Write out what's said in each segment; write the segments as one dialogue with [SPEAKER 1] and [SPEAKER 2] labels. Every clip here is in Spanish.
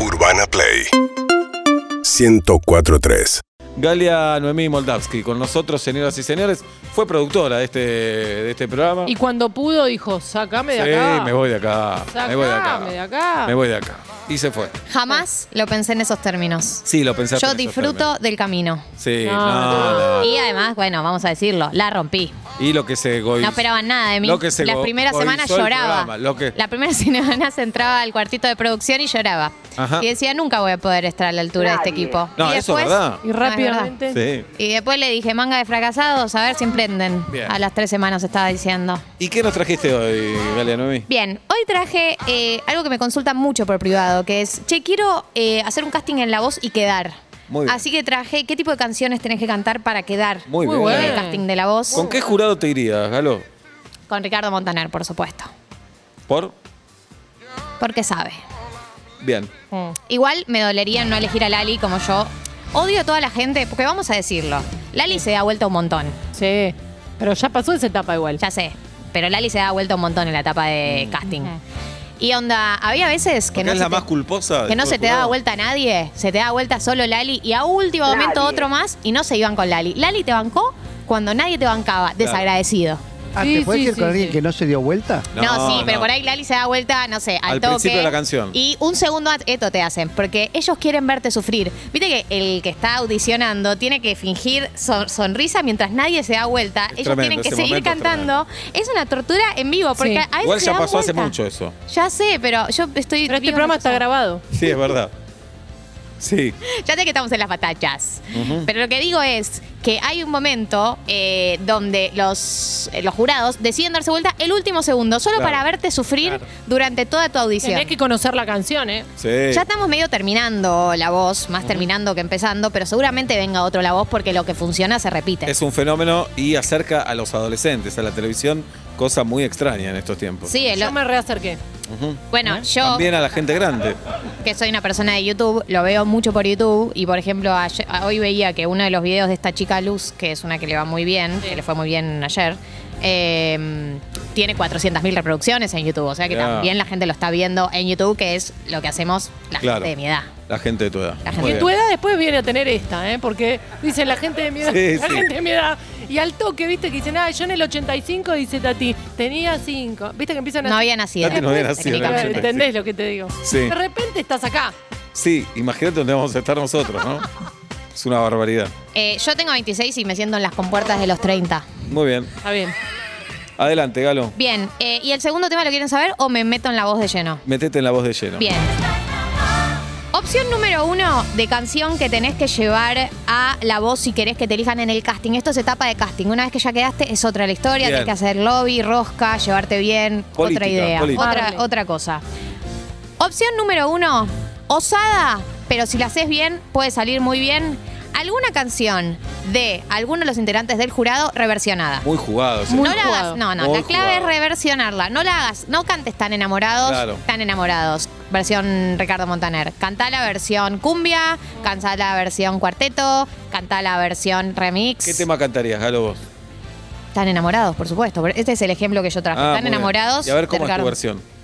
[SPEAKER 1] Urbana Play 1043.
[SPEAKER 2] Galia Noemí Moldavsky, con nosotros, señoras y señores, fue productora de este, de este programa.
[SPEAKER 3] Y cuando pudo dijo, sácame de
[SPEAKER 2] sí,
[SPEAKER 3] acá.
[SPEAKER 2] me voy de acá. me voy de acá.
[SPEAKER 3] Sácame de acá.
[SPEAKER 2] Me voy de acá. Y se fue.
[SPEAKER 4] Jamás lo pensé en esos términos.
[SPEAKER 2] Sí, lo pensé.
[SPEAKER 4] Yo
[SPEAKER 2] hasta en esos
[SPEAKER 4] disfruto del camino.
[SPEAKER 2] términos. Sí,
[SPEAKER 3] No,
[SPEAKER 2] no, no.
[SPEAKER 4] Y además, bueno, vamos a decirlo, la rompí.
[SPEAKER 2] Y lo que se goiz-
[SPEAKER 4] No esperaban nada de mí.
[SPEAKER 2] Lo que se
[SPEAKER 4] Las
[SPEAKER 2] go-
[SPEAKER 4] primeras semanas
[SPEAKER 2] goizó el
[SPEAKER 4] lloraba.
[SPEAKER 2] programa, lo que-
[SPEAKER 4] La primera semana se entraba al cuartito de producción y lloraba.
[SPEAKER 2] Ajá.
[SPEAKER 4] Y decía, nunca voy a poder estar a la altura de este equipo.
[SPEAKER 2] No,
[SPEAKER 4] y
[SPEAKER 2] eso es
[SPEAKER 4] después-
[SPEAKER 2] verdad.
[SPEAKER 3] Y rápidamente.
[SPEAKER 2] Sí.
[SPEAKER 4] Y después le dije, manga de fracasados, a ver si emprenden.
[SPEAKER 2] Bien.
[SPEAKER 4] A las tres semanas estaba diciendo.
[SPEAKER 2] ¿Y qué nos trajiste hoy, Galia Noemí?
[SPEAKER 4] Bien, hoy traje eh, algo que me consultan mucho por privado, que es, che, quiero eh, hacer un casting en la voz y quedar.
[SPEAKER 2] Muy bien.
[SPEAKER 4] Así que traje, ¿qué tipo de canciones tenés que cantar para quedar?
[SPEAKER 2] Muy
[SPEAKER 3] Muy
[SPEAKER 2] bien.
[SPEAKER 3] bueno.
[SPEAKER 4] en el casting de la voz.
[SPEAKER 2] ¿Con qué jurado te irías, Galo?
[SPEAKER 4] Con Ricardo Montaner, por supuesto.
[SPEAKER 2] ¿Por?
[SPEAKER 4] Porque sabe.
[SPEAKER 2] Bien.
[SPEAKER 4] Mm. Igual me dolería no elegir a Lali como yo. Odio a toda la gente, porque vamos a decirlo. Lali se da vuelta un montón,
[SPEAKER 3] Sí. Pero ya pasó esa etapa igual.
[SPEAKER 4] ya sé. Pero Lali se da vuelta un montón en la etapa de casting. Y onda, había veces que
[SPEAKER 2] Mm. Porque
[SPEAKER 4] no,
[SPEAKER 2] es
[SPEAKER 4] se
[SPEAKER 2] la
[SPEAKER 4] te,
[SPEAKER 2] más culposa. Ah, de
[SPEAKER 4] que no
[SPEAKER 2] todo
[SPEAKER 4] se
[SPEAKER 2] el
[SPEAKER 4] te daba
[SPEAKER 2] jurado.
[SPEAKER 4] vuelta a nadie, se te daba vuelta solo Lali y a último momento otro más y no se iban con Lali. Lali te bancó cuando nadie te bancaba, desagradecido.
[SPEAKER 5] Ah,
[SPEAKER 3] Sí,
[SPEAKER 5] ¿te puedes
[SPEAKER 3] sí,
[SPEAKER 5] ir
[SPEAKER 3] sí,
[SPEAKER 5] con alguien
[SPEAKER 3] sí.
[SPEAKER 5] que no se dio vuelta?
[SPEAKER 4] No, sí, pero por ahí Lali se da vuelta, no sé, al,
[SPEAKER 2] Al
[SPEAKER 4] toque.
[SPEAKER 2] principio de la canción.
[SPEAKER 4] Y un segundo at- esto te hacen, porque ellos quieren verte sufrir. Viste que el que está audicionando tiene que fingir son- sonrisa mientras nadie se da vuelta.
[SPEAKER 2] Es
[SPEAKER 4] ellos
[SPEAKER 2] tremendo,
[SPEAKER 4] tienen que
[SPEAKER 2] ese
[SPEAKER 4] seguir
[SPEAKER 2] momento es
[SPEAKER 4] cantando. Es una tortura en vivo, porque
[SPEAKER 3] Sí.
[SPEAKER 4] a veces
[SPEAKER 2] Igual
[SPEAKER 4] se
[SPEAKER 2] ya
[SPEAKER 4] dan
[SPEAKER 2] pasó hace
[SPEAKER 4] vuelta.
[SPEAKER 2] mucho eso.
[SPEAKER 4] Ya sé, pero yo estoy.
[SPEAKER 3] Pero este
[SPEAKER 4] digo
[SPEAKER 3] programa
[SPEAKER 4] una
[SPEAKER 3] está
[SPEAKER 4] cosa.
[SPEAKER 3] grabado.
[SPEAKER 2] Sí, es verdad. Sí.
[SPEAKER 4] Ya sé que estamos en las batachas. Pero lo que digo es que hay un momento eh, donde los, eh, los jurados deciden darse vuelta el último segundo, solo
[SPEAKER 2] Claro.
[SPEAKER 4] para verte sufrir durante toda tu audición.
[SPEAKER 3] Tenés que conocer la canción, ¿eh?
[SPEAKER 2] Sí.
[SPEAKER 4] Ya estamos medio terminando la voz, más terminando que empezando, pero seguramente venga otro la voz porque lo que funciona se repite.
[SPEAKER 2] Es un fenómeno y acerca a los adolescentes a la televisión, cosa muy extraña en estos tiempos.
[SPEAKER 4] Sí, el-
[SPEAKER 3] Yo me reacerqué.
[SPEAKER 2] Ujú.
[SPEAKER 4] bueno, yo
[SPEAKER 2] ¿eh? También a la gente grande.
[SPEAKER 4] que soy una persona de YouTube, lo veo mucho por YouTube y por ejemplo ayer- a- hoy veía que uno de los videos de esta chica Luz, que es una que le va muy bien, que le fue muy bien ayer, eh, tiene 400.000 reproducciones en YouTube, o sea que
[SPEAKER 2] Mirá.
[SPEAKER 4] también la gente lo está viendo en YouTube, que es lo que hacemos la
[SPEAKER 2] Claro.
[SPEAKER 4] gente de mi edad.
[SPEAKER 2] La gente de tu edad.
[SPEAKER 4] La gente
[SPEAKER 2] Muy
[SPEAKER 3] Que
[SPEAKER 2] bien.
[SPEAKER 3] tu edad después viene a tener esta, ¿eh? Porque dicen la gente de mi edad,
[SPEAKER 2] Sí,
[SPEAKER 3] la
[SPEAKER 2] sí.
[SPEAKER 3] gente de mi edad. Y al toque, viste, que dicen, ah, yo en el 85, dice Tati, tenía 5. Viste que empiezan a...
[SPEAKER 4] No había nacido.
[SPEAKER 2] Tati no había nacido,
[SPEAKER 3] Claro,
[SPEAKER 4] técnicamente.
[SPEAKER 2] Sí, sí.
[SPEAKER 3] ¿Entendés lo que te digo?
[SPEAKER 2] Sí.
[SPEAKER 3] De repente estás acá.
[SPEAKER 2] Sí, imagínate dónde vamos a estar nosotros, ¿no? es una barbaridad.
[SPEAKER 4] Eh, yo tengo 26 y me siento en las compuertas de los 30.
[SPEAKER 2] Muy bien.
[SPEAKER 3] Está bien.
[SPEAKER 2] Adelante, Galo.
[SPEAKER 4] Bien, eh, ¿y el segundo tema lo quieren saber o me meto en la voz de lleno?
[SPEAKER 2] Metete en la voz de lleno.
[SPEAKER 4] Bien. Opción número uno de canción que tenés que llevar a la voz si querés que te elijan en el casting. Esto es etapa de casting. Una vez que ya quedaste, es otra la historia.
[SPEAKER 2] Bien.
[SPEAKER 4] Tenés que hacer lobby, rosca, llevarte bien,
[SPEAKER 2] Política,
[SPEAKER 4] otra idea,
[SPEAKER 2] política.
[SPEAKER 4] otra,
[SPEAKER 3] Marley.
[SPEAKER 4] otra cosa. Opción número uno, osada, pero si la haces bien, puede salir muy bien. Alguna canción de alguno de los integrantes del jurado reversionada
[SPEAKER 2] Muy jugado. sí.
[SPEAKER 3] Muy
[SPEAKER 4] no la
[SPEAKER 3] jugado.
[SPEAKER 4] hagas, no, no,
[SPEAKER 2] Muy
[SPEAKER 4] la clave
[SPEAKER 2] jugado.
[SPEAKER 4] es reversionarla. No la hagas, no cantes tan enamorados,
[SPEAKER 2] Claro.
[SPEAKER 4] tan enamorados. Versión Ricardo Montaner. Canta la versión cumbia, canta la versión cuarteto, canta la versión remix.
[SPEAKER 2] ¿Qué tema cantarías, Galo, vos?
[SPEAKER 4] Tan enamorados, por supuesto. pero Este es el ejemplo que yo traje.
[SPEAKER 2] Ah,
[SPEAKER 4] tan
[SPEAKER 2] muy bien.
[SPEAKER 4] enamorados.
[SPEAKER 2] Y a ver
[SPEAKER 4] de
[SPEAKER 2] cómo es tu
[SPEAKER 4] Ricardo.
[SPEAKER 2] versión.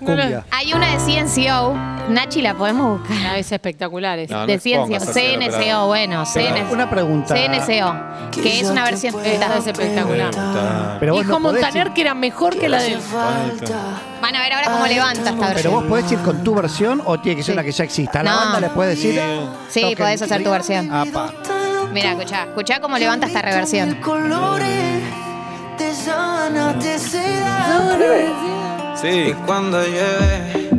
[SPEAKER 5] Cumbia.
[SPEAKER 4] Hay una de CNCO. Nachi, la podemos buscar.
[SPEAKER 3] Ah, es espectacular. Es.
[SPEAKER 2] No, no
[SPEAKER 4] de
[SPEAKER 2] expongas,
[SPEAKER 4] CNCO.
[SPEAKER 2] Marcelo,
[SPEAKER 4] CNCO, bueno. CNCO.
[SPEAKER 5] Una pregunta.
[SPEAKER 4] CNCO, que es una versión.
[SPEAKER 3] Esta es espectacular.
[SPEAKER 2] Pregunta.
[SPEAKER 5] Ah. Pero vos
[SPEAKER 3] Dijo
[SPEAKER 5] no podés
[SPEAKER 3] Montaner
[SPEAKER 5] ir-
[SPEAKER 3] que era mejor que la de...
[SPEAKER 4] Van a ver ahora cómo levanta esta
[SPEAKER 5] Pero vos
[SPEAKER 4] versión.
[SPEAKER 5] podés ir con tu versión o tiene que ser
[SPEAKER 3] Sí.
[SPEAKER 5] una que ya exista. A la
[SPEAKER 4] No.
[SPEAKER 5] banda le puedes decir.
[SPEAKER 4] Sí,
[SPEAKER 5] toquen-
[SPEAKER 4] podés hacer tu versión.
[SPEAKER 5] Apa.
[SPEAKER 4] Mira, escuchá, escuchá cómo levanta esta reversión.
[SPEAKER 2] Sí.
[SPEAKER 6] Cuando lleve,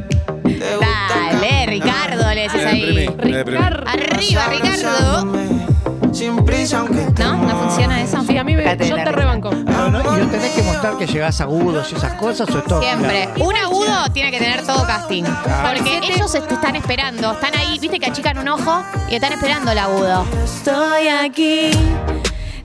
[SPEAKER 6] te
[SPEAKER 4] Dale, Ricardo, le decís
[SPEAKER 2] Me
[SPEAKER 4] ahí.
[SPEAKER 2] deprimí, me deprimí.
[SPEAKER 3] Ricardo.
[SPEAKER 4] Arriba, Ricardo.
[SPEAKER 6] Sin prisa, aunque te
[SPEAKER 4] ¿No? ¿No funciona eso?
[SPEAKER 3] Sí, a mí me... Yo te rebanco.
[SPEAKER 5] Pero no, y no tenés que mostrar que llegás agudos y esas cosas o es todo.
[SPEAKER 4] Siempre.
[SPEAKER 5] Claro.
[SPEAKER 4] Un agudo tiene que tener todo casting. Porque ellos te están esperando. Están ahí, viste que achican un ojo y están esperando el agudo. Estoy aquí.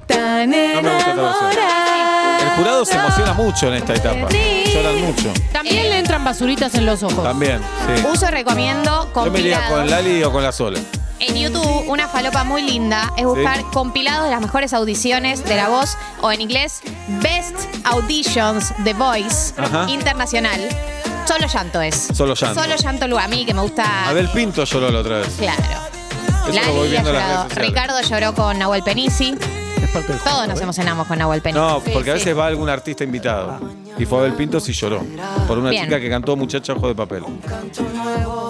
[SPEAKER 4] Tan
[SPEAKER 2] No me gusta esta
[SPEAKER 4] enamorada.
[SPEAKER 2] El jurado se emociona mucho en esta etapa. Lloran mucho.
[SPEAKER 3] También le entran basuritas en los ojos.
[SPEAKER 2] También, sí.
[SPEAKER 4] Uso y recomiendo
[SPEAKER 2] Yo me iría con
[SPEAKER 4] compilados.
[SPEAKER 2] Lali o con la Sola.
[SPEAKER 4] En YouTube, una falopa muy linda es buscar compilados de las mejores audiciones de la voz o en inglés, Best Auditions The Voice
[SPEAKER 2] Ajá.
[SPEAKER 4] Internacional. Solo llanto es.
[SPEAKER 2] Solo llanto.
[SPEAKER 4] Solo llanto Lu- a mí, que me gusta.
[SPEAKER 2] Abel Pinto lloró la otra vez.
[SPEAKER 4] Claro.
[SPEAKER 2] Eso lo voy
[SPEAKER 4] Ah. Lali ha
[SPEAKER 2] viendo en las
[SPEAKER 4] llorado.
[SPEAKER 2] redes sociales.
[SPEAKER 4] Ricardo lloró con Nahuel Penisi.
[SPEAKER 5] Es parte del
[SPEAKER 4] Todos
[SPEAKER 5] juego,
[SPEAKER 4] nos
[SPEAKER 5] ¿eh?
[SPEAKER 4] emocionamos con Nahuel Penisi.
[SPEAKER 2] No,
[SPEAKER 3] Sí,
[SPEAKER 2] porque a
[SPEAKER 3] sí.
[SPEAKER 2] veces va algún artista invitado. Y fue Abel Pintos y lloró. Por una
[SPEAKER 4] Bien.
[SPEAKER 2] chica que cantó Muchacha Ojo de Papel.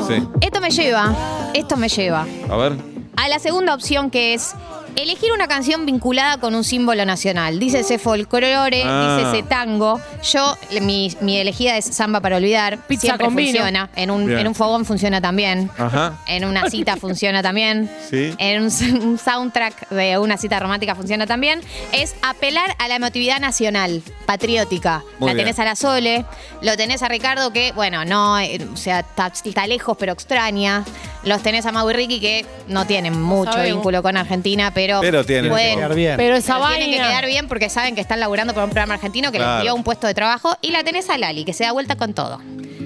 [SPEAKER 2] Sí.
[SPEAKER 4] Esto me lleva, esto me lleva
[SPEAKER 2] A ver.
[SPEAKER 4] a la segunda opción que es elegir una canción vinculada con un símbolo nacional. Dice ese folclore,
[SPEAKER 2] Ah.
[SPEAKER 4] dice ese tango. Yo, le- mi, mi elegida es Samba para olvidar.
[SPEAKER 3] Pizza
[SPEAKER 4] Siempre
[SPEAKER 3] con vino.
[SPEAKER 4] funciona. En un,
[SPEAKER 2] Bien.
[SPEAKER 4] en un fogón funciona también.
[SPEAKER 2] Ajá.
[SPEAKER 4] En una cita funciona también.
[SPEAKER 2] Sí.
[SPEAKER 4] En un, s- un soundtrack de una cita romántica funciona también. Es apelar a la emotividad nacional, patriótica.
[SPEAKER 2] Muy
[SPEAKER 4] la
[SPEAKER 2] bien.
[SPEAKER 4] tenés a la Sole, lo tenés a Ricardo, que, bueno, no, eh, o sea, está, está lejos, pero extraña. Los tenés a Mau y Ricky, que no tienen mucho
[SPEAKER 3] sabemos.
[SPEAKER 4] vínculo con Argentina, pero,
[SPEAKER 2] Pero tienen
[SPEAKER 4] pueden-
[SPEAKER 2] como-
[SPEAKER 5] Quedar bien.
[SPEAKER 3] Pero esa
[SPEAKER 4] pero tienen que
[SPEAKER 3] vaina.
[SPEAKER 4] quedar bien porque saben que están laburando por un programa argentino que
[SPEAKER 2] Claro.
[SPEAKER 4] les dio un puesto de trabajo. Y la tenés a Lali, que se da vuelta con todo.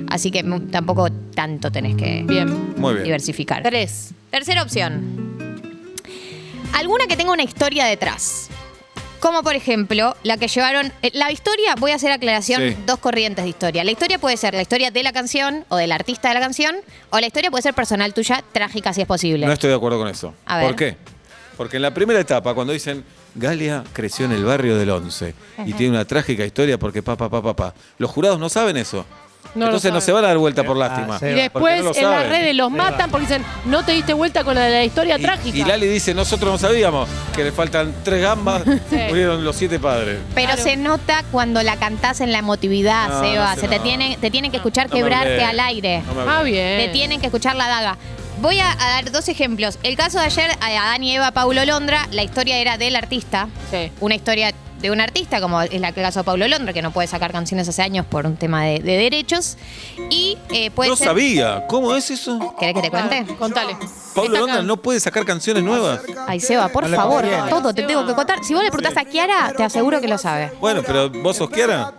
[SPEAKER 4] Así que mm, tampoco tanto tenés que
[SPEAKER 3] Bien.
[SPEAKER 2] Muy bien.
[SPEAKER 4] diversificar.
[SPEAKER 3] Tres.
[SPEAKER 4] Tercera opción. Alguna que tenga una historia detrás. Como por ejemplo, la que llevaron. eh, La historia, voy a hacer aclaración,
[SPEAKER 2] Sí.
[SPEAKER 4] dos corrientes de historia. La historia puede ser la historia de la canción o del artista de la canción, o la historia puede ser personal tuya, trágica si es posible.
[SPEAKER 2] No estoy de acuerdo con eso.
[SPEAKER 4] A ver.
[SPEAKER 2] ¿Por qué? Porque en la primera etapa, cuando dicen Galia creció en el barrio del 11 y tiene una trágica historia porque pa, pa, pa, pa, pa. Los jurados no saben eso.
[SPEAKER 3] No lo
[SPEAKER 2] Entonces no
[SPEAKER 3] saben.
[SPEAKER 2] se van a dar vuelta por
[SPEAKER 5] Ah,
[SPEAKER 2] lástima.
[SPEAKER 5] sí.
[SPEAKER 3] Y
[SPEAKER 5] Porque
[SPEAKER 3] después
[SPEAKER 2] no lo
[SPEAKER 3] en las
[SPEAKER 2] saben.
[SPEAKER 3] redes los matan porque dicen, no te diste vuelta con la de la historia
[SPEAKER 2] Y-
[SPEAKER 3] trágica.
[SPEAKER 2] Y Lali dice, nosotros no sabíamos que le faltan tres gambas,
[SPEAKER 3] Sí.
[SPEAKER 2] murieron los siete padres.
[SPEAKER 4] Pero
[SPEAKER 3] Claro.
[SPEAKER 4] se nota cuando la cantás en la emotividad,
[SPEAKER 2] No,
[SPEAKER 4] Seba.
[SPEAKER 2] no se
[SPEAKER 4] se te,
[SPEAKER 2] nota.
[SPEAKER 4] tienen, te tienen que escuchar
[SPEAKER 2] No me
[SPEAKER 4] quebrarte
[SPEAKER 2] hablé.
[SPEAKER 4] al aire.
[SPEAKER 2] No me hablé.
[SPEAKER 3] Ah, bien.
[SPEAKER 4] Te tienen que escuchar la daga. Voy a, a dar dos ejemplos. El caso de ayer, a Adán y Eva Paulo Londra, la historia era del artista.
[SPEAKER 3] Sí.
[SPEAKER 4] Una historia de un artista, como es la el caso de Paulo Londra, que no puede sacar canciones hace años por un tema de, de derechos. Y eh, puede
[SPEAKER 2] No
[SPEAKER 4] ser-
[SPEAKER 2] sabía. ¿Cómo es eso?
[SPEAKER 4] ¿Querés que te cuente?
[SPEAKER 3] Contale.
[SPEAKER 2] Pablo
[SPEAKER 3] Está
[SPEAKER 2] Londra
[SPEAKER 3] acá.
[SPEAKER 2] no puede sacar canciones nuevas.
[SPEAKER 4] Ay, Seba, por
[SPEAKER 5] No le
[SPEAKER 4] favor,
[SPEAKER 5] conviene.
[SPEAKER 4] todo te
[SPEAKER 3] Seba.
[SPEAKER 4] tengo que contar. Si vos le preguntás a Kiara, te aseguro que lo sabe.
[SPEAKER 2] Bueno, pero vos sos Kiara.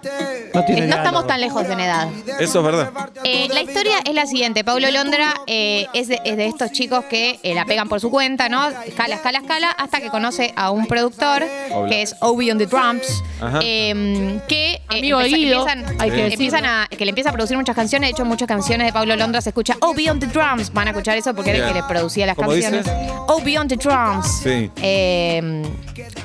[SPEAKER 5] No, tiene
[SPEAKER 4] No
[SPEAKER 5] diálogo.
[SPEAKER 4] estamos tan lejos de una edad.
[SPEAKER 2] Eso es verdad.
[SPEAKER 4] Eh, la historia es la siguiente. Paulo Londra eh, es, de, es de estos chicos que eh, la pegan por su cuenta, ¿no? Escala, escala, escala, hasta que conoce a un productor
[SPEAKER 2] Hola.
[SPEAKER 4] que es Obi on the Drums,
[SPEAKER 2] Ajá.
[SPEAKER 4] eh, que, eh,
[SPEAKER 3] Amigo de Guido,
[SPEAKER 4] empiezan,
[SPEAKER 3] hay que
[SPEAKER 4] eh, empiezan
[SPEAKER 3] decirlo.
[SPEAKER 4] a, que le empieza a producir muchas canciones. De hecho, muchas canciones de Paulo Londra se escucha Obi on the Drums. Van a escuchar eso porque era el
[SPEAKER 2] Bien.
[SPEAKER 4] que le producía las
[SPEAKER 2] ¿Cómo dice?
[SPEAKER 4] canciones. Obi on the Drums.
[SPEAKER 2] Sí.
[SPEAKER 4] Eh,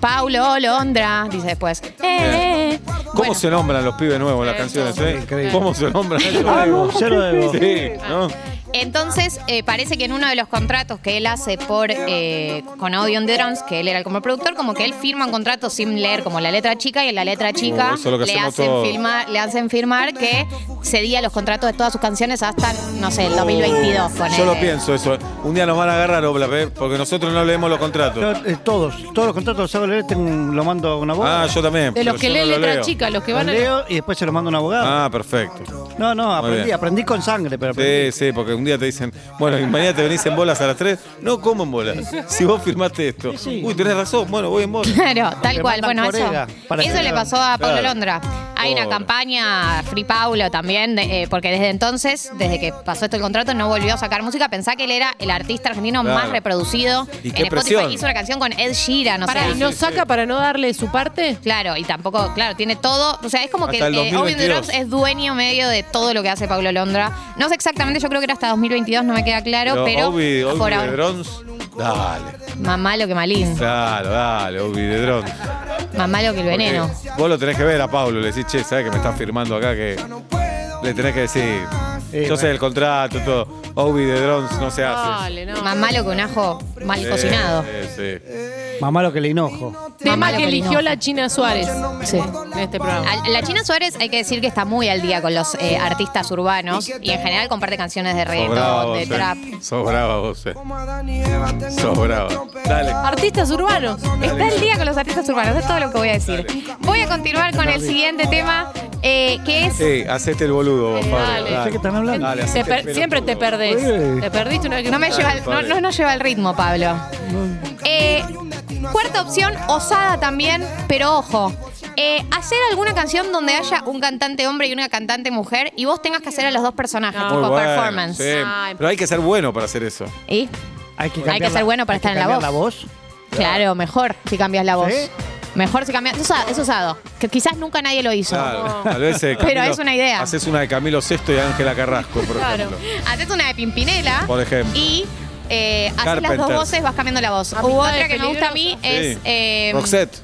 [SPEAKER 4] Paulo Londra, dice después. Eh,
[SPEAKER 2] ¿Cómo
[SPEAKER 4] bueno.
[SPEAKER 2] se nombran los pibes nuevos en las
[SPEAKER 3] Eso.
[SPEAKER 2] canciones? eh?
[SPEAKER 5] Increíble.
[SPEAKER 2] ¿Cómo se nombran ellos
[SPEAKER 5] Ah, no,
[SPEAKER 2] nuevos?
[SPEAKER 5] cero de vos.
[SPEAKER 2] Sí, ¿no?
[SPEAKER 4] Entonces, eh, parece que en uno de los contratos que él hace por eh, con Audio on the Drums, que él era como productor, como que él firma un contrato sin leer como la letra chica y en la letra chica
[SPEAKER 2] Uh, eso es lo que
[SPEAKER 4] le,
[SPEAKER 2] hacemos
[SPEAKER 4] hacen
[SPEAKER 2] todos.
[SPEAKER 4] firmar, le hacen firmar que cedía los contratos de todas sus canciones hasta, no sé, el 2022. ponele.
[SPEAKER 2] Oh. Yo lo pienso eso. Un día nos van a agarrar, Oblap, porque nosotros no leemos los
[SPEAKER 5] Yo,
[SPEAKER 2] contratos.
[SPEAKER 5] eh, todos, todos los contratos los hago leer, tengo- lo mando a un abogado.
[SPEAKER 2] Ah, yo también.
[SPEAKER 3] De
[SPEAKER 2] pero
[SPEAKER 3] los que
[SPEAKER 2] yo
[SPEAKER 3] leen
[SPEAKER 2] no lo
[SPEAKER 3] letra
[SPEAKER 2] leo.
[SPEAKER 3] chica, los que
[SPEAKER 5] Los
[SPEAKER 3] van a.
[SPEAKER 5] leo y después se lo mando a un abogado.
[SPEAKER 2] Ah, perfecto.
[SPEAKER 5] No, no,
[SPEAKER 2] Muy
[SPEAKER 5] aprendí,
[SPEAKER 2] bien.
[SPEAKER 5] aprendí con sangre, pero aprendí.
[SPEAKER 2] Sí, sí, porque un día te dicen, bueno, y mañana te venís en bolas a las 3. No, ¿cómo en bolas? Si vos firmaste esto.
[SPEAKER 5] sí.
[SPEAKER 2] Uy, tenés razón, bueno, voy en bolas.
[SPEAKER 4] Claro, tal
[SPEAKER 5] Le
[SPEAKER 4] cual. Bueno,
[SPEAKER 5] mandan por
[SPEAKER 4] eso,
[SPEAKER 5] ega para
[SPEAKER 4] eso
[SPEAKER 5] que
[SPEAKER 4] le
[SPEAKER 5] lo-
[SPEAKER 4] pasó a Pablo
[SPEAKER 2] Claro.
[SPEAKER 4] Londra. Hay una
[SPEAKER 2] Pobre.
[SPEAKER 4] campaña Free Paulo también, de- eh, porque desde entonces, desde que pasó esto el contrato, no volvió a sacar música. Pensá que él era el artista argentino
[SPEAKER 2] Claro.
[SPEAKER 4] más reproducido
[SPEAKER 2] Y
[SPEAKER 4] en
[SPEAKER 2] qué
[SPEAKER 4] Spotify.
[SPEAKER 2] presión.
[SPEAKER 4] Hizo una canción con Ed Sheeran, no
[SPEAKER 3] Pará, ¿y no saca para no darle su parte?
[SPEAKER 4] Claro, y tampoco, claro, tiene todo. O sea, es como
[SPEAKER 2] Hasta el
[SPEAKER 4] que eh, Owen the
[SPEAKER 2] 2022.
[SPEAKER 4] Drums es dueño medio de todo lo que hace Pablo Londra. No sé exactamente, yo creo que era hasta 2022, no me queda claro, pero,
[SPEAKER 2] Obi, Obi
[SPEAKER 4] por
[SPEAKER 2] de
[SPEAKER 4] ahora.
[SPEAKER 2] Drons, dale.
[SPEAKER 4] Más malo que Malín,
[SPEAKER 2] Claro, dale, Obi de Drons.
[SPEAKER 4] más malo que el veneno.
[SPEAKER 2] Porque Vos lo tenés que ver a Pablo, le decís, che, ¿sabes que me está firmando acá que le tenés que decir?
[SPEAKER 5] Sí,
[SPEAKER 2] yo sé
[SPEAKER 5] bueno.
[SPEAKER 2] el contrato, todo. Obi de Drons no se hace.
[SPEAKER 3] Dale, no.
[SPEAKER 4] Más malo que un ajo mal
[SPEAKER 2] Sí,
[SPEAKER 4] cocinado.
[SPEAKER 2] sí, sí.
[SPEAKER 5] Más malo que el hinojo.
[SPEAKER 3] Tema
[SPEAKER 4] Mamá
[SPEAKER 3] que
[SPEAKER 4] lo que
[SPEAKER 3] eligió
[SPEAKER 4] no.
[SPEAKER 3] la China Suárez
[SPEAKER 4] Sí.
[SPEAKER 3] en este programa.
[SPEAKER 4] Al- La China Suárez hay que decir que está muy al día con los eh, artistas urbanos y en general comparte canciones de
[SPEAKER 2] Sobraba
[SPEAKER 4] reggaetón,
[SPEAKER 2] vos,
[SPEAKER 4] de
[SPEAKER 2] eh.
[SPEAKER 4] trap.
[SPEAKER 2] Sobraba vos, eh. Sobraba. Dale.
[SPEAKER 3] Artistas urbanos.
[SPEAKER 4] Está al día con los artistas urbanos, es todo lo que voy a decir. Voy a continuar con el siguiente tema, eh, que es...
[SPEAKER 2] Eh, hacete el boludo vos, Pablo.
[SPEAKER 3] dale.
[SPEAKER 5] ¿De qué están hablando?
[SPEAKER 2] Dale,
[SPEAKER 3] Te
[SPEAKER 2] hacete
[SPEAKER 3] per-
[SPEAKER 2] el pelotudo.
[SPEAKER 3] siempre te perdés.
[SPEAKER 5] Uy.
[SPEAKER 3] Te perdiste una vez que
[SPEAKER 4] No me lleva el, no, no nos lleva el ritmo, Pablo. Eh, cuarta opción, osada también, pero ojo. eh, hacer alguna canción donde haya un cantante hombre y una cantante mujer y vos tengas que hacer a los dos personajes,
[SPEAKER 3] No.
[SPEAKER 2] Muy
[SPEAKER 4] tipo
[SPEAKER 2] bueno,
[SPEAKER 4] performance.
[SPEAKER 2] sí.
[SPEAKER 3] Ay.
[SPEAKER 2] Pero hay que ser bueno para hacer eso.
[SPEAKER 4] ¿Y?
[SPEAKER 5] Hay que,
[SPEAKER 4] que
[SPEAKER 5] cambiar
[SPEAKER 4] ser
[SPEAKER 5] la-
[SPEAKER 4] bueno para
[SPEAKER 5] hay que
[SPEAKER 4] estar en la
[SPEAKER 5] cambiar
[SPEAKER 4] voz. Claro, mejor si cambias la voz.
[SPEAKER 5] ¿Sí?
[SPEAKER 4] Mejor se cambia. Es osa- es osado. Que quizás nunca nadie lo hizo.
[SPEAKER 2] Claro, tal vez. eh,
[SPEAKER 4] Pero es una idea.
[SPEAKER 2] Haces una de Camilo VI y Ángela Carrasco, por
[SPEAKER 3] Claro.
[SPEAKER 2] ejemplo.
[SPEAKER 4] Haces una de Pimpinela.
[SPEAKER 2] Por ejemplo.
[SPEAKER 4] Y eh, haces las dos
[SPEAKER 2] Carpenters.
[SPEAKER 4] voces, vas cambiando la voz.
[SPEAKER 3] Amistades
[SPEAKER 4] U otra que me gusta a mí es.
[SPEAKER 2] Sí.
[SPEAKER 4] eh,
[SPEAKER 2] Roxette.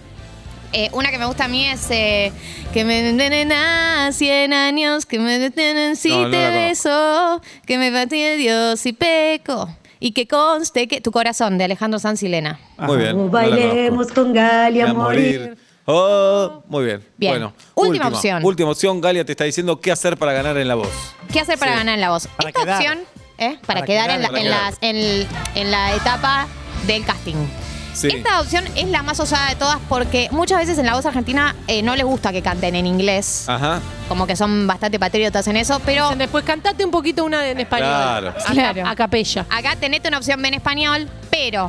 [SPEAKER 4] eh, una que me gusta a mí es. eh, que me detienen a 100 años, que me detienen si
[SPEAKER 2] No, no la
[SPEAKER 4] te
[SPEAKER 2] conozco.
[SPEAKER 4] beso, que me bate Dios y peco. Y que conste que tu corazón, de Alejandro Sanzilena.
[SPEAKER 2] Muy bien. no la
[SPEAKER 1] Bailemos
[SPEAKER 2] conozco.
[SPEAKER 1] con Galia a morir.
[SPEAKER 2] Oh, muy bien.
[SPEAKER 4] Bien.
[SPEAKER 2] Bueno,
[SPEAKER 4] Última opción.
[SPEAKER 2] Última opción. Galia te está diciendo qué hacer para ganar en la voz.
[SPEAKER 4] ¿Qué hacer para
[SPEAKER 2] Sí.
[SPEAKER 4] ganar en la voz?
[SPEAKER 5] Para
[SPEAKER 4] Esta
[SPEAKER 5] quedar.
[SPEAKER 4] opción, ¿eh? para,
[SPEAKER 5] Para
[SPEAKER 4] quedar, en, la,
[SPEAKER 5] quedar,
[SPEAKER 2] para
[SPEAKER 4] en
[SPEAKER 2] quedar.
[SPEAKER 4] las- en- en la etapa del casting.
[SPEAKER 2] Sí.
[SPEAKER 4] Esta opción es la más osada de todas porque muchas veces en la voz argentina eh, no les gusta que canten en inglés,
[SPEAKER 2] Ajá.
[SPEAKER 4] como que son bastante patriotas en eso, pero
[SPEAKER 3] Dicen, Después cantate un poquito una en español.
[SPEAKER 2] Claro.
[SPEAKER 3] A,
[SPEAKER 4] Claro.
[SPEAKER 3] a capella.
[SPEAKER 4] acá tenete una opción en español, pero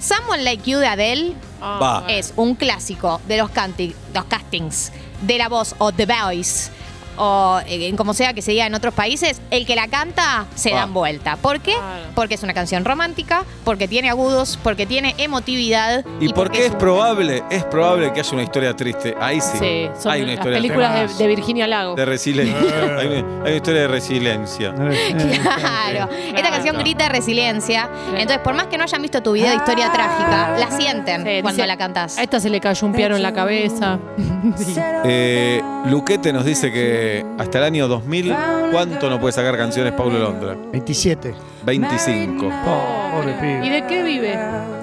[SPEAKER 4] Someone Like You de Adele
[SPEAKER 2] Va.
[SPEAKER 3] Ah,
[SPEAKER 4] es un clásico de los, canti- los castings de la voz o The Voice o eh, como sea que se diga en otros países, el que la canta se
[SPEAKER 2] Ah.
[SPEAKER 4] dan vuelta. ¿Por qué?
[SPEAKER 3] Claro.
[SPEAKER 4] Porque es una canción romántica, porque tiene agudos, porque tiene emotividad.
[SPEAKER 2] ¿Y, por qué es
[SPEAKER 4] un-
[SPEAKER 2] probable? Es probable que haya una historia triste. Ahí sí.
[SPEAKER 3] Sí, son
[SPEAKER 2] hay una
[SPEAKER 3] las
[SPEAKER 2] historia
[SPEAKER 3] películas de,
[SPEAKER 5] tremenda.
[SPEAKER 3] de Virginia Lago.
[SPEAKER 2] de, de
[SPEAKER 5] Ah.
[SPEAKER 2] resiliencia. hay, una, hay una historia de resiliencia.
[SPEAKER 4] Claro. Esta canción grita resiliencia. Entonces, por más que no hayan visto tu video de historia trágica, la sienten
[SPEAKER 3] Ah. Sí,
[SPEAKER 4] cuando
[SPEAKER 3] dice,
[SPEAKER 4] la cantás.
[SPEAKER 3] A esta se le cayó un piano en la cabeza.
[SPEAKER 2] Eh, Luquete nos dice que hasta el año 2000, ¿cuánto no puede sacar canciones Paulo Londra?
[SPEAKER 5] 27.
[SPEAKER 2] 25.
[SPEAKER 4] Ah.
[SPEAKER 5] pobre
[SPEAKER 3] ¿Y
[SPEAKER 5] pibe.
[SPEAKER 3] de qué vive?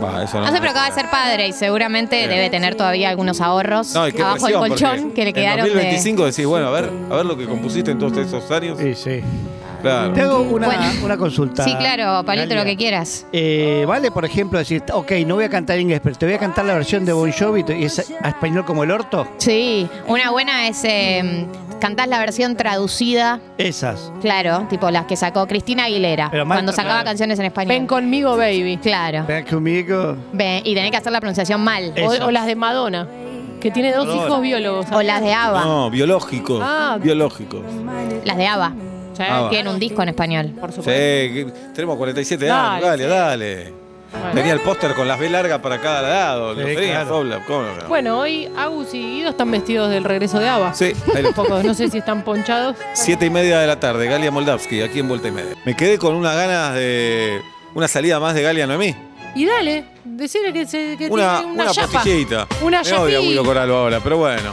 [SPEAKER 2] Va, eso
[SPEAKER 4] No sé, pero acaba de ser padre y seguramente
[SPEAKER 2] Bien.
[SPEAKER 4] debe tener todavía algunos ahorros
[SPEAKER 2] No, y qué
[SPEAKER 4] abajo del
[SPEAKER 2] presión,
[SPEAKER 4] colchón
[SPEAKER 2] porque
[SPEAKER 4] que le quedaron
[SPEAKER 2] En
[SPEAKER 4] de.
[SPEAKER 2] 2025 decís, bueno, a ver, a ver lo que compusiste en todos esos años.
[SPEAKER 5] Sí, sí.
[SPEAKER 2] Claro.
[SPEAKER 5] Te hago una,
[SPEAKER 4] Bueno.
[SPEAKER 5] una consulta.
[SPEAKER 4] Sí, claro, palito,
[SPEAKER 5] Galia.
[SPEAKER 4] lo que quieras.
[SPEAKER 5] Eh, vale, por ejemplo, decir, ok, no voy a cantar en inglés, pero te voy a cantar la versión de Bon Jovi y es a español como el orto.
[SPEAKER 4] Sí, una buena es. eh, cantás la versión traducida,
[SPEAKER 5] Esas.
[SPEAKER 4] claro, tipo las que sacó Cristina Aguilera
[SPEAKER 5] Pero más-
[SPEAKER 4] cuando sacaba
[SPEAKER 5] claro.
[SPEAKER 4] canciones en español.
[SPEAKER 3] Ven conmigo, baby.
[SPEAKER 4] Claro.
[SPEAKER 5] Ven conmigo.
[SPEAKER 4] Ven, y tenés que hacer la pronunciación mal.
[SPEAKER 5] Eh.
[SPEAKER 3] O,
[SPEAKER 5] Eso.
[SPEAKER 3] o las de Madonna, que tiene dos
[SPEAKER 2] Madonna.
[SPEAKER 3] hijos biólogos.
[SPEAKER 4] O las de Ava.
[SPEAKER 2] No, biológico.
[SPEAKER 3] Ah.
[SPEAKER 2] biológico.
[SPEAKER 4] Las de Ava.
[SPEAKER 3] Sí.
[SPEAKER 2] Ah, va.
[SPEAKER 4] Tienen un disco en español.
[SPEAKER 3] Por
[SPEAKER 2] Sí,
[SPEAKER 3] supuesto.
[SPEAKER 2] que- tenemos 47 años,
[SPEAKER 3] Dale,
[SPEAKER 2] dale, dale. Tenía el póster con las B largas para cada lado. Lo
[SPEAKER 5] Sí,
[SPEAKER 2] tenía,
[SPEAKER 5] claro.
[SPEAKER 2] Fobla, ¿cómo no?
[SPEAKER 3] Bueno, hoy Agus y Guido están vestidos del regreso de Ava.
[SPEAKER 2] Sí, ahí lo-
[SPEAKER 3] Un poco, no sé si están ponchados.
[SPEAKER 2] Siete y media de la tarde, Galia Moldavsky, aquí en Vuelta y Media. Me quedé con unas ganas de una salida más de Galia Noemí.
[SPEAKER 3] Y dale, decirle que, se, que
[SPEAKER 2] Una,
[SPEAKER 3] tiene
[SPEAKER 2] una,
[SPEAKER 3] una, chapa.
[SPEAKER 2] postillita.
[SPEAKER 3] Una
[SPEAKER 2] Me odia
[SPEAKER 3] yapí.
[SPEAKER 2] Guido Coralo ahora, pero bueno.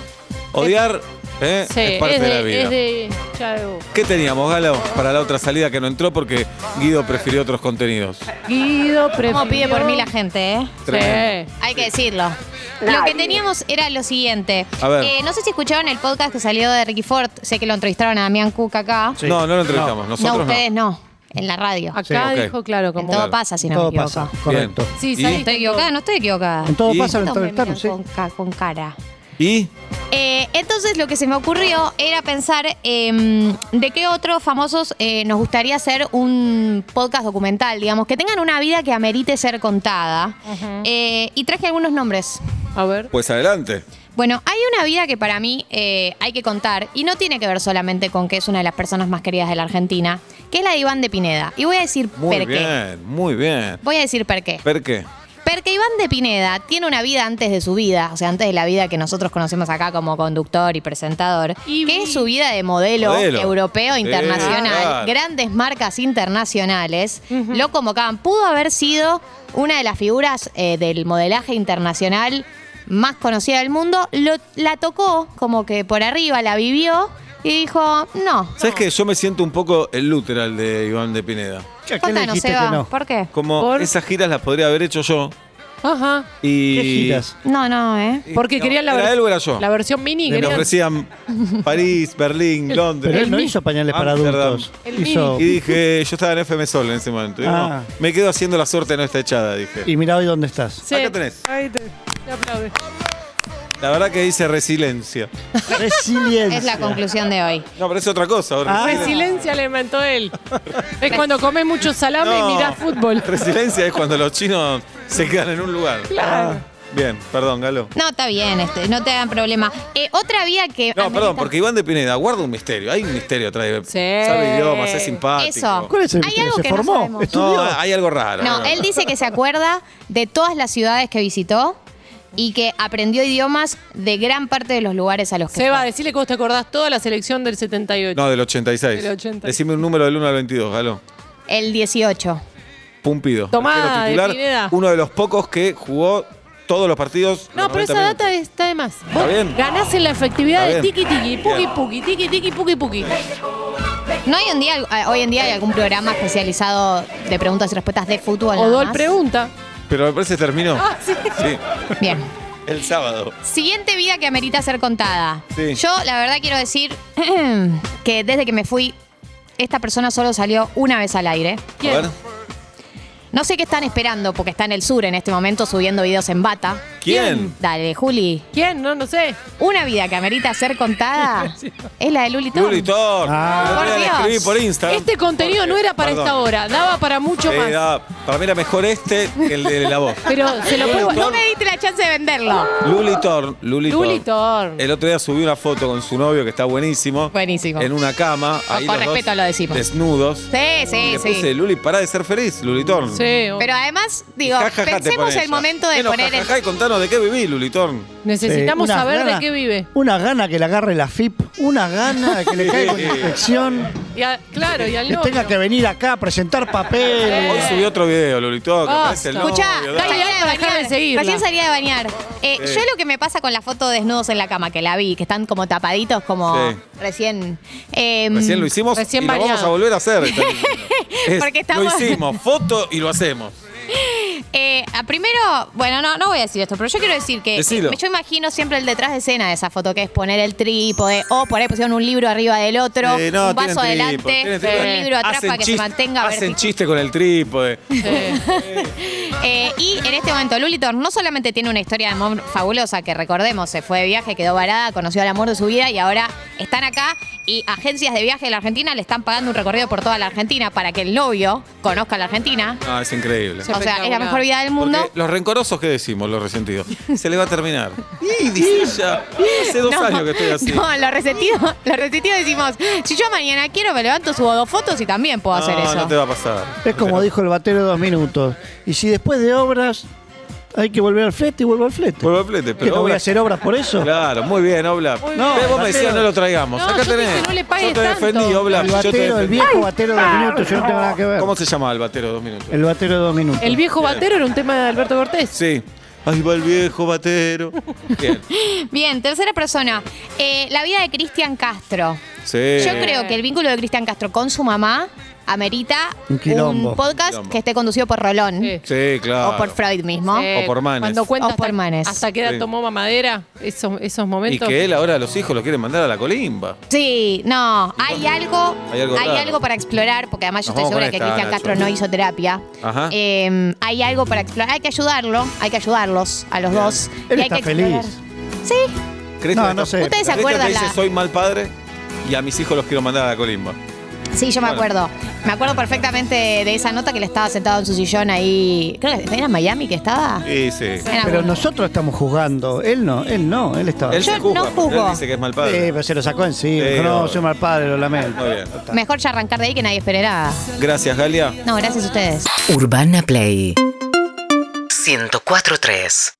[SPEAKER 2] Odiar eh,
[SPEAKER 3] Sí,
[SPEAKER 2] es parte
[SPEAKER 3] es
[SPEAKER 2] de,
[SPEAKER 3] de,
[SPEAKER 2] la vida.
[SPEAKER 3] es de Chao.
[SPEAKER 2] ¿Qué teníamos, Galo, para la otra salida que no entró porque Guido prefirió otros contenidos?
[SPEAKER 3] Guido, prefirió...
[SPEAKER 4] ¿Cómo pide por mí la gente, eh?
[SPEAKER 2] Tremendo.
[SPEAKER 4] Hay que decirlo. Lo que teníamos era lo siguiente.
[SPEAKER 2] A ver.
[SPEAKER 4] Eh, no sé si escucharon el podcast que salió de Ricky Ford. Sé que lo entrevistaron a Damián Cook acá.
[SPEAKER 5] Sí.
[SPEAKER 2] No, no lo entrevistamos.
[SPEAKER 4] no,
[SPEAKER 2] Nosotros no.
[SPEAKER 4] ustedes no. En la radio.
[SPEAKER 3] Acá
[SPEAKER 5] Sí, ok.
[SPEAKER 3] dijo, claro,
[SPEAKER 4] En
[SPEAKER 3] como...
[SPEAKER 4] todo pasa, si no
[SPEAKER 5] todo
[SPEAKER 4] me equivoco.
[SPEAKER 5] pasa,
[SPEAKER 2] Bien.
[SPEAKER 5] correcto.
[SPEAKER 3] Sí,
[SPEAKER 2] ¿Y?
[SPEAKER 3] saliste.
[SPEAKER 4] Estoy equivocada, no estoy equivocada.
[SPEAKER 5] En todo
[SPEAKER 2] Y-
[SPEAKER 5] pasa, lo
[SPEAKER 4] Todos me
[SPEAKER 5] entrevistaron,
[SPEAKER 4] miran
[SPEAKER 5] sí.
[SPEAKER 4] con, ca- con cara.
[SPEAKER 2] ¿Y?
[SPEAKER 4] Eh, entonces lo que se me ocurrió era pensar eh, de qué otros famosos eh, nos gustaría hacer un podcast documental, digamos, que tengan una vida que amerite ser contada. Eh, y traje algunos nombres.
[SPEAKER 3] A ver.
[SPEAKER 2] Pues adelante.
[SPEAKER 4] Bueno, hay una vida que para mí eh, hay que contar y no tiene que ver solamente con que es una de las personas más queridas de la Argentina, que es la de Iván de Pineda. Y voy a decir
[SPEAKER 2] Muy
[SPEAKER 4] por qué.
[SPEAKER 2] bien, muy bien.
[SPEAKER 4] Voy a decir por qué.
[SPEAKER 2] ¿Per qué?
[SPEAKER 4] Porque Iván de Pineda tiene una vida antes de su vida, o sea, antes de la vida que nosotros conocemos acá como conductor y presentador,
[SPEAKER 3] Y
[SPEAKER 4] que
[SPEAKER 3] vi-
[SPEAKER 4] es su vida de modelo,
[SPEAKER 2] Modelo.
[SPEAKER 4] europeo,
[SPEAKER 2] Sí,
[SPEAKER 4] internacional,
[SPEAKER 2] claro.
[SPEAKER 4] grandes marcas internacionales, lo convocaban. Pudo haber sido una de las figuras eh, del modelaje internacional más conocida del mundo, Lo- la tocó como que por arriba, la vivió y dijo, no.
[SPEAKER 2] ¿Sabes que Yo me siento un poco el literal de Iván de Pineda.
[SPEAKER 5] Che, ¿a quién le
[SPEAKER 4] Contanos,
[SPEAKER 5] dijiste que
[SPEAKER 4] Eva,
[SPEAKER 5] no?
[SPEAKER 4] ¿por qué?
[SPEAKER 2] Como
[SPEAKER 3] Por-
[SPEAKER 2] esas giras las podría haber hecho yo.
[SPEAKER 3] Ajá.
[SPEAKER 2] Y
[SPEAKER 5] ¿Qué giras?
[SPEAKER 4] No, no, ¿eh.
[SPEAKER 3] Porque querían la,
[SPEAKER 2] ¿Era
[SPEAKER 3] vers-
[SPEAKER 2] él o era yo?
[SPEAKER 3] la versión mini.
[SPEAKER 2] Me
[SPEAKER 3] querían-
[SPEAKER 2] ofrecían París, Berlín, Londres.
[SPEAKER 5] Pero él no hizo pañales para
[SPEAKER 2] Amsterdam.
[SPEAKER 5] adultos.
[SPEAKER 3] El
[SPEAKER 5] Hizo-
[SPEAKER 2] Y dije, yo estaba en FM Sol en ese momento. Y digo,
[SPEAKER 5] Ah.
[SPEAKER 2] no, me quedo haciendo la suerte no está echada, dije.
[SPEAKER 5] Y mira hoy dónde estás.
[SPEAKER 3] Sí.
[SPEAKER 2] Acá tenés.
[SPEAKER 3] Ahí te, te aplaude.
[SPEAKER 2] La verdad que dice resiliencia.
[SPEAKER 5] Resiliencia.
[SPEAKER 4] Es la conclusión de hoy.
[SPEAKER 2] No, pero es otra cosa. ahora.
[SPEAKER 5] Ah.
[SPEAKER 3] Resiliencia le inventó él. Es cuando comes mucho salame
[SPEAKER 2] No.
[SPEAKER 3] y mirás fútbol.
[SPEAKER 2] Resiliencia es cuando los chinos se quedan en un lugar. Ah.
[SPEAKER 3] Claro.
[SPEAKER 2] Bien, perdón, Galo.
[SPEAKER 4] No, está bien, este, no te hagan problema. Eh, otra vía que.
[SPEAKER 2] No,
[SPEAKER 4] amerita-
[SPEAKER 2] perdón, porque Iván de Pineda guarda un misterio. Hay un misterio atrás de
[SPEAKER 3] Sí.
[SPEAKER 2] Sabe idiomas, es simpático.
[SPEAKER 4] Eso.
[SPEAKER 5] ¿Cuál es el
[SPEAKER 4] Hay
[SPEAKER 5] misterio?
[SPEAKER 4] algo
[SPEAKER 5] ¿Se
[SPEAKER 4] que no
[SPEAKER 5] formó?
[SPEAKER 4] sabemos.
[SPEAKER 5] ¿Estudió?
[SPEAKER 2] No, hay algo raro.
[SPEAKER 4] No, él dice que se acuerda de todas las ciudades que visitó, y que aprendió idiomas de gran parte de los lugares a los que
[SPEAKER 3] Seba,
[SPEAKER 4] fue.
[SPEAKER 3] decirle que vos te acordás toda la selección del 78.
[SPEAKER 2] No, del 86.
[SPEAKER 3] Del 86.
[SPEAKER 2] Decime un número del 1 al 22, Galo.
[SPEAKER 4] El 18.
[SPEAKER 2] Pumpido.
[SPEAKER 3] Tomá,
[SPEAKER 2] arquero
[SPEAKER 3] de
[SPEAKER 2] titular,
[SPEAKER 3] Pineda.
[SPEAKER 2] uno de los pocos que jugó todos los partidos.
[SPEAKER 3] No,
[SPEAKER 2] los 90
[SPEAKER 3] pero esa
[SPEAKER 2] minutos.
[SPEAKER 3] data está de más.
[SPEAKER 2] Está
[SPEAKER 3] Vos
[SPEAKER 2] bien.
[SPEAKER 3] Ganás en la efectividad
[SPEAKER 2] Está
[SPEAKER 3] de
[SPEAKER 2] bien.
[SPEAKER 3] tiki tiki, puki
[SPEAKER 2] Bien.
[SPEAKER 3] puki, tiki tiki, puki puki.
[SPEAKER 4] ¿No hay un día, eh, hoy en día hay algún programa especializado de preguntas y respuestas de fútbol?
[SPEAKER 3] O
[SPEAKER 4] nada
[SPEAKER 3] Dol
[SPEAKER 4] más?
[SPEAKER 3] pregunta.
[SPEAKER 2] Pero me parece que terminó.
[SPEAKER 3] Ah, sí.
[SPEAKER 2] Sí.
[SPEAKER 4] Bien.
[SPEAKER 2] El sábado.
[SPEAKER 4] Siguiente vida que amerita ser contada.
[SPEAKER 2] Sí.
[SPEAKER 4] Yo, la verdad, quiero decir que desde que me fui, esta persona solo salió una vez al aire.
[SPEAKER 2] A
[SPEAKER 3] ¿Quién?
[SPEAKER 2] ver.
[SPEAKER 4] No sé qué están esperando, porque está en el sur en este momento subiendo videos en bata.
[SPEAKER 2] ¿Quién?
[SPEAKER 4] Dale, Juli.
[SPEAKER 3] ¿Quién? No, no sé.
[SPEAKER 4] Una vida que amerita ser contada es la de Luli Tom.
[SPEAKER 2] Luli Thor.
[SPEAKER 5] Ah.
[SPEAKER 2] El otro
[SPEAKER 4] Por
[SPEAKER 2] día la
[SPEAKER 4] Dios.
[SPEAKER 2] escribí por Instagram.
[SPEAKER 3] Este contenido no era para
[SPEAKER 2] Perdón.
[SPEAKER 3] esta hora, daba para mucho
[SPEAKER 2] Eh,
[SPEAKER 3] más.
[SPEAKER 2] da- para mí era mejor este que el de la voz.
[SPEAKER 3] Pero se lo
[SPEAKER 2] Luli
[SPEAKER 3] puedo.
[SPEAKER 4] No
[SPEAKER 2] Thor.
[SPEAKER 4] me diste la chance de venderlo.
[SPEAKER 2] Luli Thor. Luli Thor.
[SPEAKER 3] Luli Thor.
[SPEAKER 2] El otro día subí una foto con su novio que está buenísimo.
[SPEAKER 4] Buenísimo.
[SPEAKER 2] En una cama.
[SPEAKER 4] Con-
[SPEAKER 2] ahí
[SPEAKER 4] con
[SPEAKER 2] los dos
[SPEAKER 4] respeto lo decimos.
[SPEAKER 2] Desnudos.
[SPEAKER 4] Sí,
[SPEAKER 2] Y
[SPEAKER 4] sí,
[SPEAKER 2] le puse,
[SPEAKER 4] sí.
[SPEAKER 2] Luli, pará de ser feliz, Luli Thorn.
[SPEAKER 3] Sí, o-
[SPEAKER 4] Pero además, digo,
[SPEAKER 2] Ja, ja, ja, te
[SPEAKER 4] pensemos
[SPEAKER 2] pone
[SPEAKER 4] el
[SPEAKER 2] ella.
[SPEAKER 4] momento de
[SPEAKER 2] Menos
[SPEAKER 4] poner
[SPEAKER 2] ja,
[SPEAKER 4] el.
[SPEAKER 2] ja, ja, y contanos de qué viví, Luli Thorn.
[SPEAKER 3] necesitamos
[SPEAKER 5] Sí, unas
[SPEAKER 3] saber de
[SPEAKER 5] ganas-
[SPEAKER 3] qué vive.
[SPEAKER 5] Una gana que le agarre la FIP, una gana que le caiga con inspección,
[SPEAKER 3] Y a- claro, y al
[SPEAKER 5] que
[SPEAKER 3] novio.
[SPEAKER 5] tenga que venir acá a presentar papel.
[SPEAKER 2] Hoy subí otro video, Luli Thorn. que
[SPEAKER 3] Basta.
[SPEAKER 2] aparece el novio,
[SPEAKER 4] Eh. Escuchá,
[SPEAKER 2] da-
[SPEAKER 3] Dale,
[SPEAKER 4] salía
[SPEAKER 3] dale,
[SPEAKER 4] de
[SPEAKER 3] para dejar de
[SPEAKER 4] bañar.
[SPEAKER 3] seguirla.
[SPEAKER 4] Recién salía de bañar. Eh,
[SPEAKER 2] Sí.
[SPEAKER 4] Yo lo que me pasa con la foto de desnudos en la cama, que la vi, que están como tapaditos, como
[SPEAKER 2] Sí.
[SPEAKER 4] recién. eh,
[SPEAKER 2] Recién lo hicimos
[SPEAKER 3] Recién
[SPEAKER 2] y lo vamos
[SPEAKER 3] bañado.
[SPEAKER 2] a volver a hacer. Está bien. Es,
[SPEAKER 4] Porque estamos-
[SPEAKER 2] Lo hicimos, foto y lo hacemos.
[SPEAKER 4] eh, a- primero, bueno, no, no voy a decir esto, pero yo quiero decir que
[SPEAKER 2] Decilo.
[SPEAKER 4] yo imagino siempre el detrás de escena de esa foto, que es poner el trípode, o por ahí pusieron un libro arriba del otro,
[SPEAKER 2] Eh, no,
[SPEAKER 4] un vaso
[SPEAKER 2] tienen
[SPEAKER 4] adelante, eh,
[SPEAKER 2] trípode, tienen trípode.
[SPEAKER 4] un libro atrás
[SPEAKER 2] Hacen
[SPEAKER 4] para que se
[SPEAKER 2] chiste-
[SPEAKER 4] mantenga
[SPEAKER 2] Hacen
[SPEAKER 4] vertical.
[SPEAKER 2] chiste con el trípode.
[SPEAKER 3] Sí.
[SPEAKER 4] Eh, y en este momento, Lulitor no solamente tiene una historia de amor fabulosa, que recordemos, se fue de viaje, quedó varada, conoció al amor de su vida y ahora están acá y agencias de viaje de la Argentina le están pagando un recorrido por toda la Argentina para que el novio conozca a la Argentina.
[SPEAKER 2] No, es increíble.
[SPEAKER 4] O sea, es la
[SPEAKER 3] Espectacular.
[SPEAKER 4] mejor vida del mundo.
[SPEAKER 2] Porque los rencorosos, ¿qué decimos? Los resentidos. Se le va a terminar. Y dice ella, hace dos años que estoy así.
[SPEAKER 4] No, lo resentido, lo resentido decimos, si yo mañana quiero me levanto, subo dos fotos y también puedo hacer
[SPEAKER 2] No,
[SPEAKER 4] eso.
[SPEAKER 2] no te va a pasar.
[SPEAKER 5] Es como dijo el batero de dos minutos. Y si después de obras hay que volver al flete, y vuelvo al flete.
[SPEAKER 2] Vuelvo al flete,
[SPEAKER 5] ¿Que
[SPEAKER 2] pero
[SPEAKER 5] no voy a
[SPEAKER 2] obra-
[SPEAKER 5] hacer obras por eso?
[SPEAKER 2] Claro, muy bien, Obla.
[SPEAKER 5] bien.
[SPEAKER 2] Pero vos me decías no lo traigamos.
[SPEAKER 3] No,
[SPEAKER 2] Acá
[SPEAKER 3] yo
[SPEAKER 2] tenés.
[SPEAKER 3] dije, no le pagues
[SPEAKER 2] yo te
[SPEAKER 3] tanto.
[SPEAKER 2] defendí, Obla.
[SPEAKER 5] El
[SPEAKER 2] yo te
[SPEAKER 5] batero, el
[SPEAKER 2] defendí.
[SPEAKER 5] viejo batero de dos minutos, yo no tengo nada que ver.
[SPEAKER 2] ¿Cómo se llamaba el batero de dos minutos?
[SPEAKER 5] El batero de dos minutos.
[SPEAKER 3] El viejo batero era un tema de Alberto Cortés.
[SPEAKER 2] Sí. Ahí va el viejo batero. Bien.
[SPEAKER 4] Bien, tercera persona, eh, la vida de Cristian Castro.
[SPEAKER 2] Sí.
[SPEAKER 4] Yo creo que el vínculo de Cristian Castro con su mamá amerita
[SPEAKER 5] Un quilombo.
[SPEAKER 4] un podcast
[SPEAKER 2] Quilombo.
[SPEAKER 4] que esté conducido por Rolón
[SPEAKER 3] Sí.
[SPEAKER 2] Sí, claro.
[SPEAKER 4] o por Freud mismo.
[SPEAKER 3] Eh,
[SPEAKER 2] O por Manes.
[SPEAKER 3] Cuando cuenta
[SPEAKER 4] O por
[SPEAKER 3] hasta,
[SPEAKER 4] Manes.
[SPEAKER 3] hasta qué edad
[SPEAKER 2] Sí.
[SPEAKER 3] tomó mamadera, esos, esos
[SPEAKER 2] Y
[SPEAKER 3] momentos.
[SPEAKER 2] que él ahora a los hijos los quiere mandar a la colimba.
[SPEAKER 4] Sí, no, hay algo,
[SPEAKER 2] Hay algo raro.
[SPEAKER 4] algo para explorar, porque además yo
[SPEAKER 2] Nos
[SPEAKER 4] estoy
[SPEAKER 2] vamos
[SPEAKER 4] segura
[SPEAKER 2] con
[SPEAKER 4] que
[SPEAKER 2] esta,
[SPEAKER 4] Cristian
[SPEAKER 2] Nacho.
[SPEAKER 4] Castro no hizo terapia.
[SPEAKER 2] Ajá.
[SPEAKER 4] Eh, hay algo para explorar, hay que ayudarlo, hay que ayudarlos a los dos.
[SPEAKER 5] Él
[SPEAKER 4] y hay
[SPEAKER 5] está
[SPEAKER 4] que
[SPEAKER 5] feliz.
[SPEAKER 4] explorar. Sí,
[SPEAKER 2] ¿Crees
[SPEAKER 5] No,
[SPEAKER 2] que-
[SPEAKER 5] no sé.
[SPEAKER 4] ¿Ustedes se
[SPEAKER 2] ¿Crees que
[SPEAKER 4] acuerdan
[SPEAKER 2] te dice
[SPEAKER 4] la-
[SPEAKER 2] soy mal padre y a mis hijos los quiero mandar a la colimba?
[SPEAKER 4] Sí, yo me
[SPEAKER 2] Bueno.
[SPEAKER 4] acuerdo. Me acuerdo perfectamente de esa nota que le estaba sentado en su sillón ahí. Creo que era en Miami que estaba.
[SPEAKER 2] Sí, sí.
[SPEAKER 4] Era
[SPEAKER 5] Pero
[SPEAKER 4] bueno.
[SPEAKER 5] nosotros estamos jugando. Él no, él no, él estaba.
[SPEAKER 2] Él
[SPEAKER 4] Yo
[SPEAKER 2] se juzga,
[SPEAKER 4] no
[SPEAKER 2] porque
[SPEAKER 4] juzgo.
[SPEAKER 2] él dice que es mal
[SPEAKER 5] Sí,
[SPEAKER 2] padre.
[SPEAKER 5] pero se lo sacó encima.
[SPEAKER 2] Sí,
[SPEAKER 5] no,
[SPEAKER 2] obvio.
[SPEAKER 5] soy mal padre, lo lamento.
[SPEAKER 2] Muy bien.
[SPEAKER 4] Mejor ya arrancar de ahí que nadie espere nada.
[SPEAKER 2] Gracias, Galia.
[SPEAKER 4] No, gracias a ustedes.
[SPEAKER 1] Urbana Play 104.3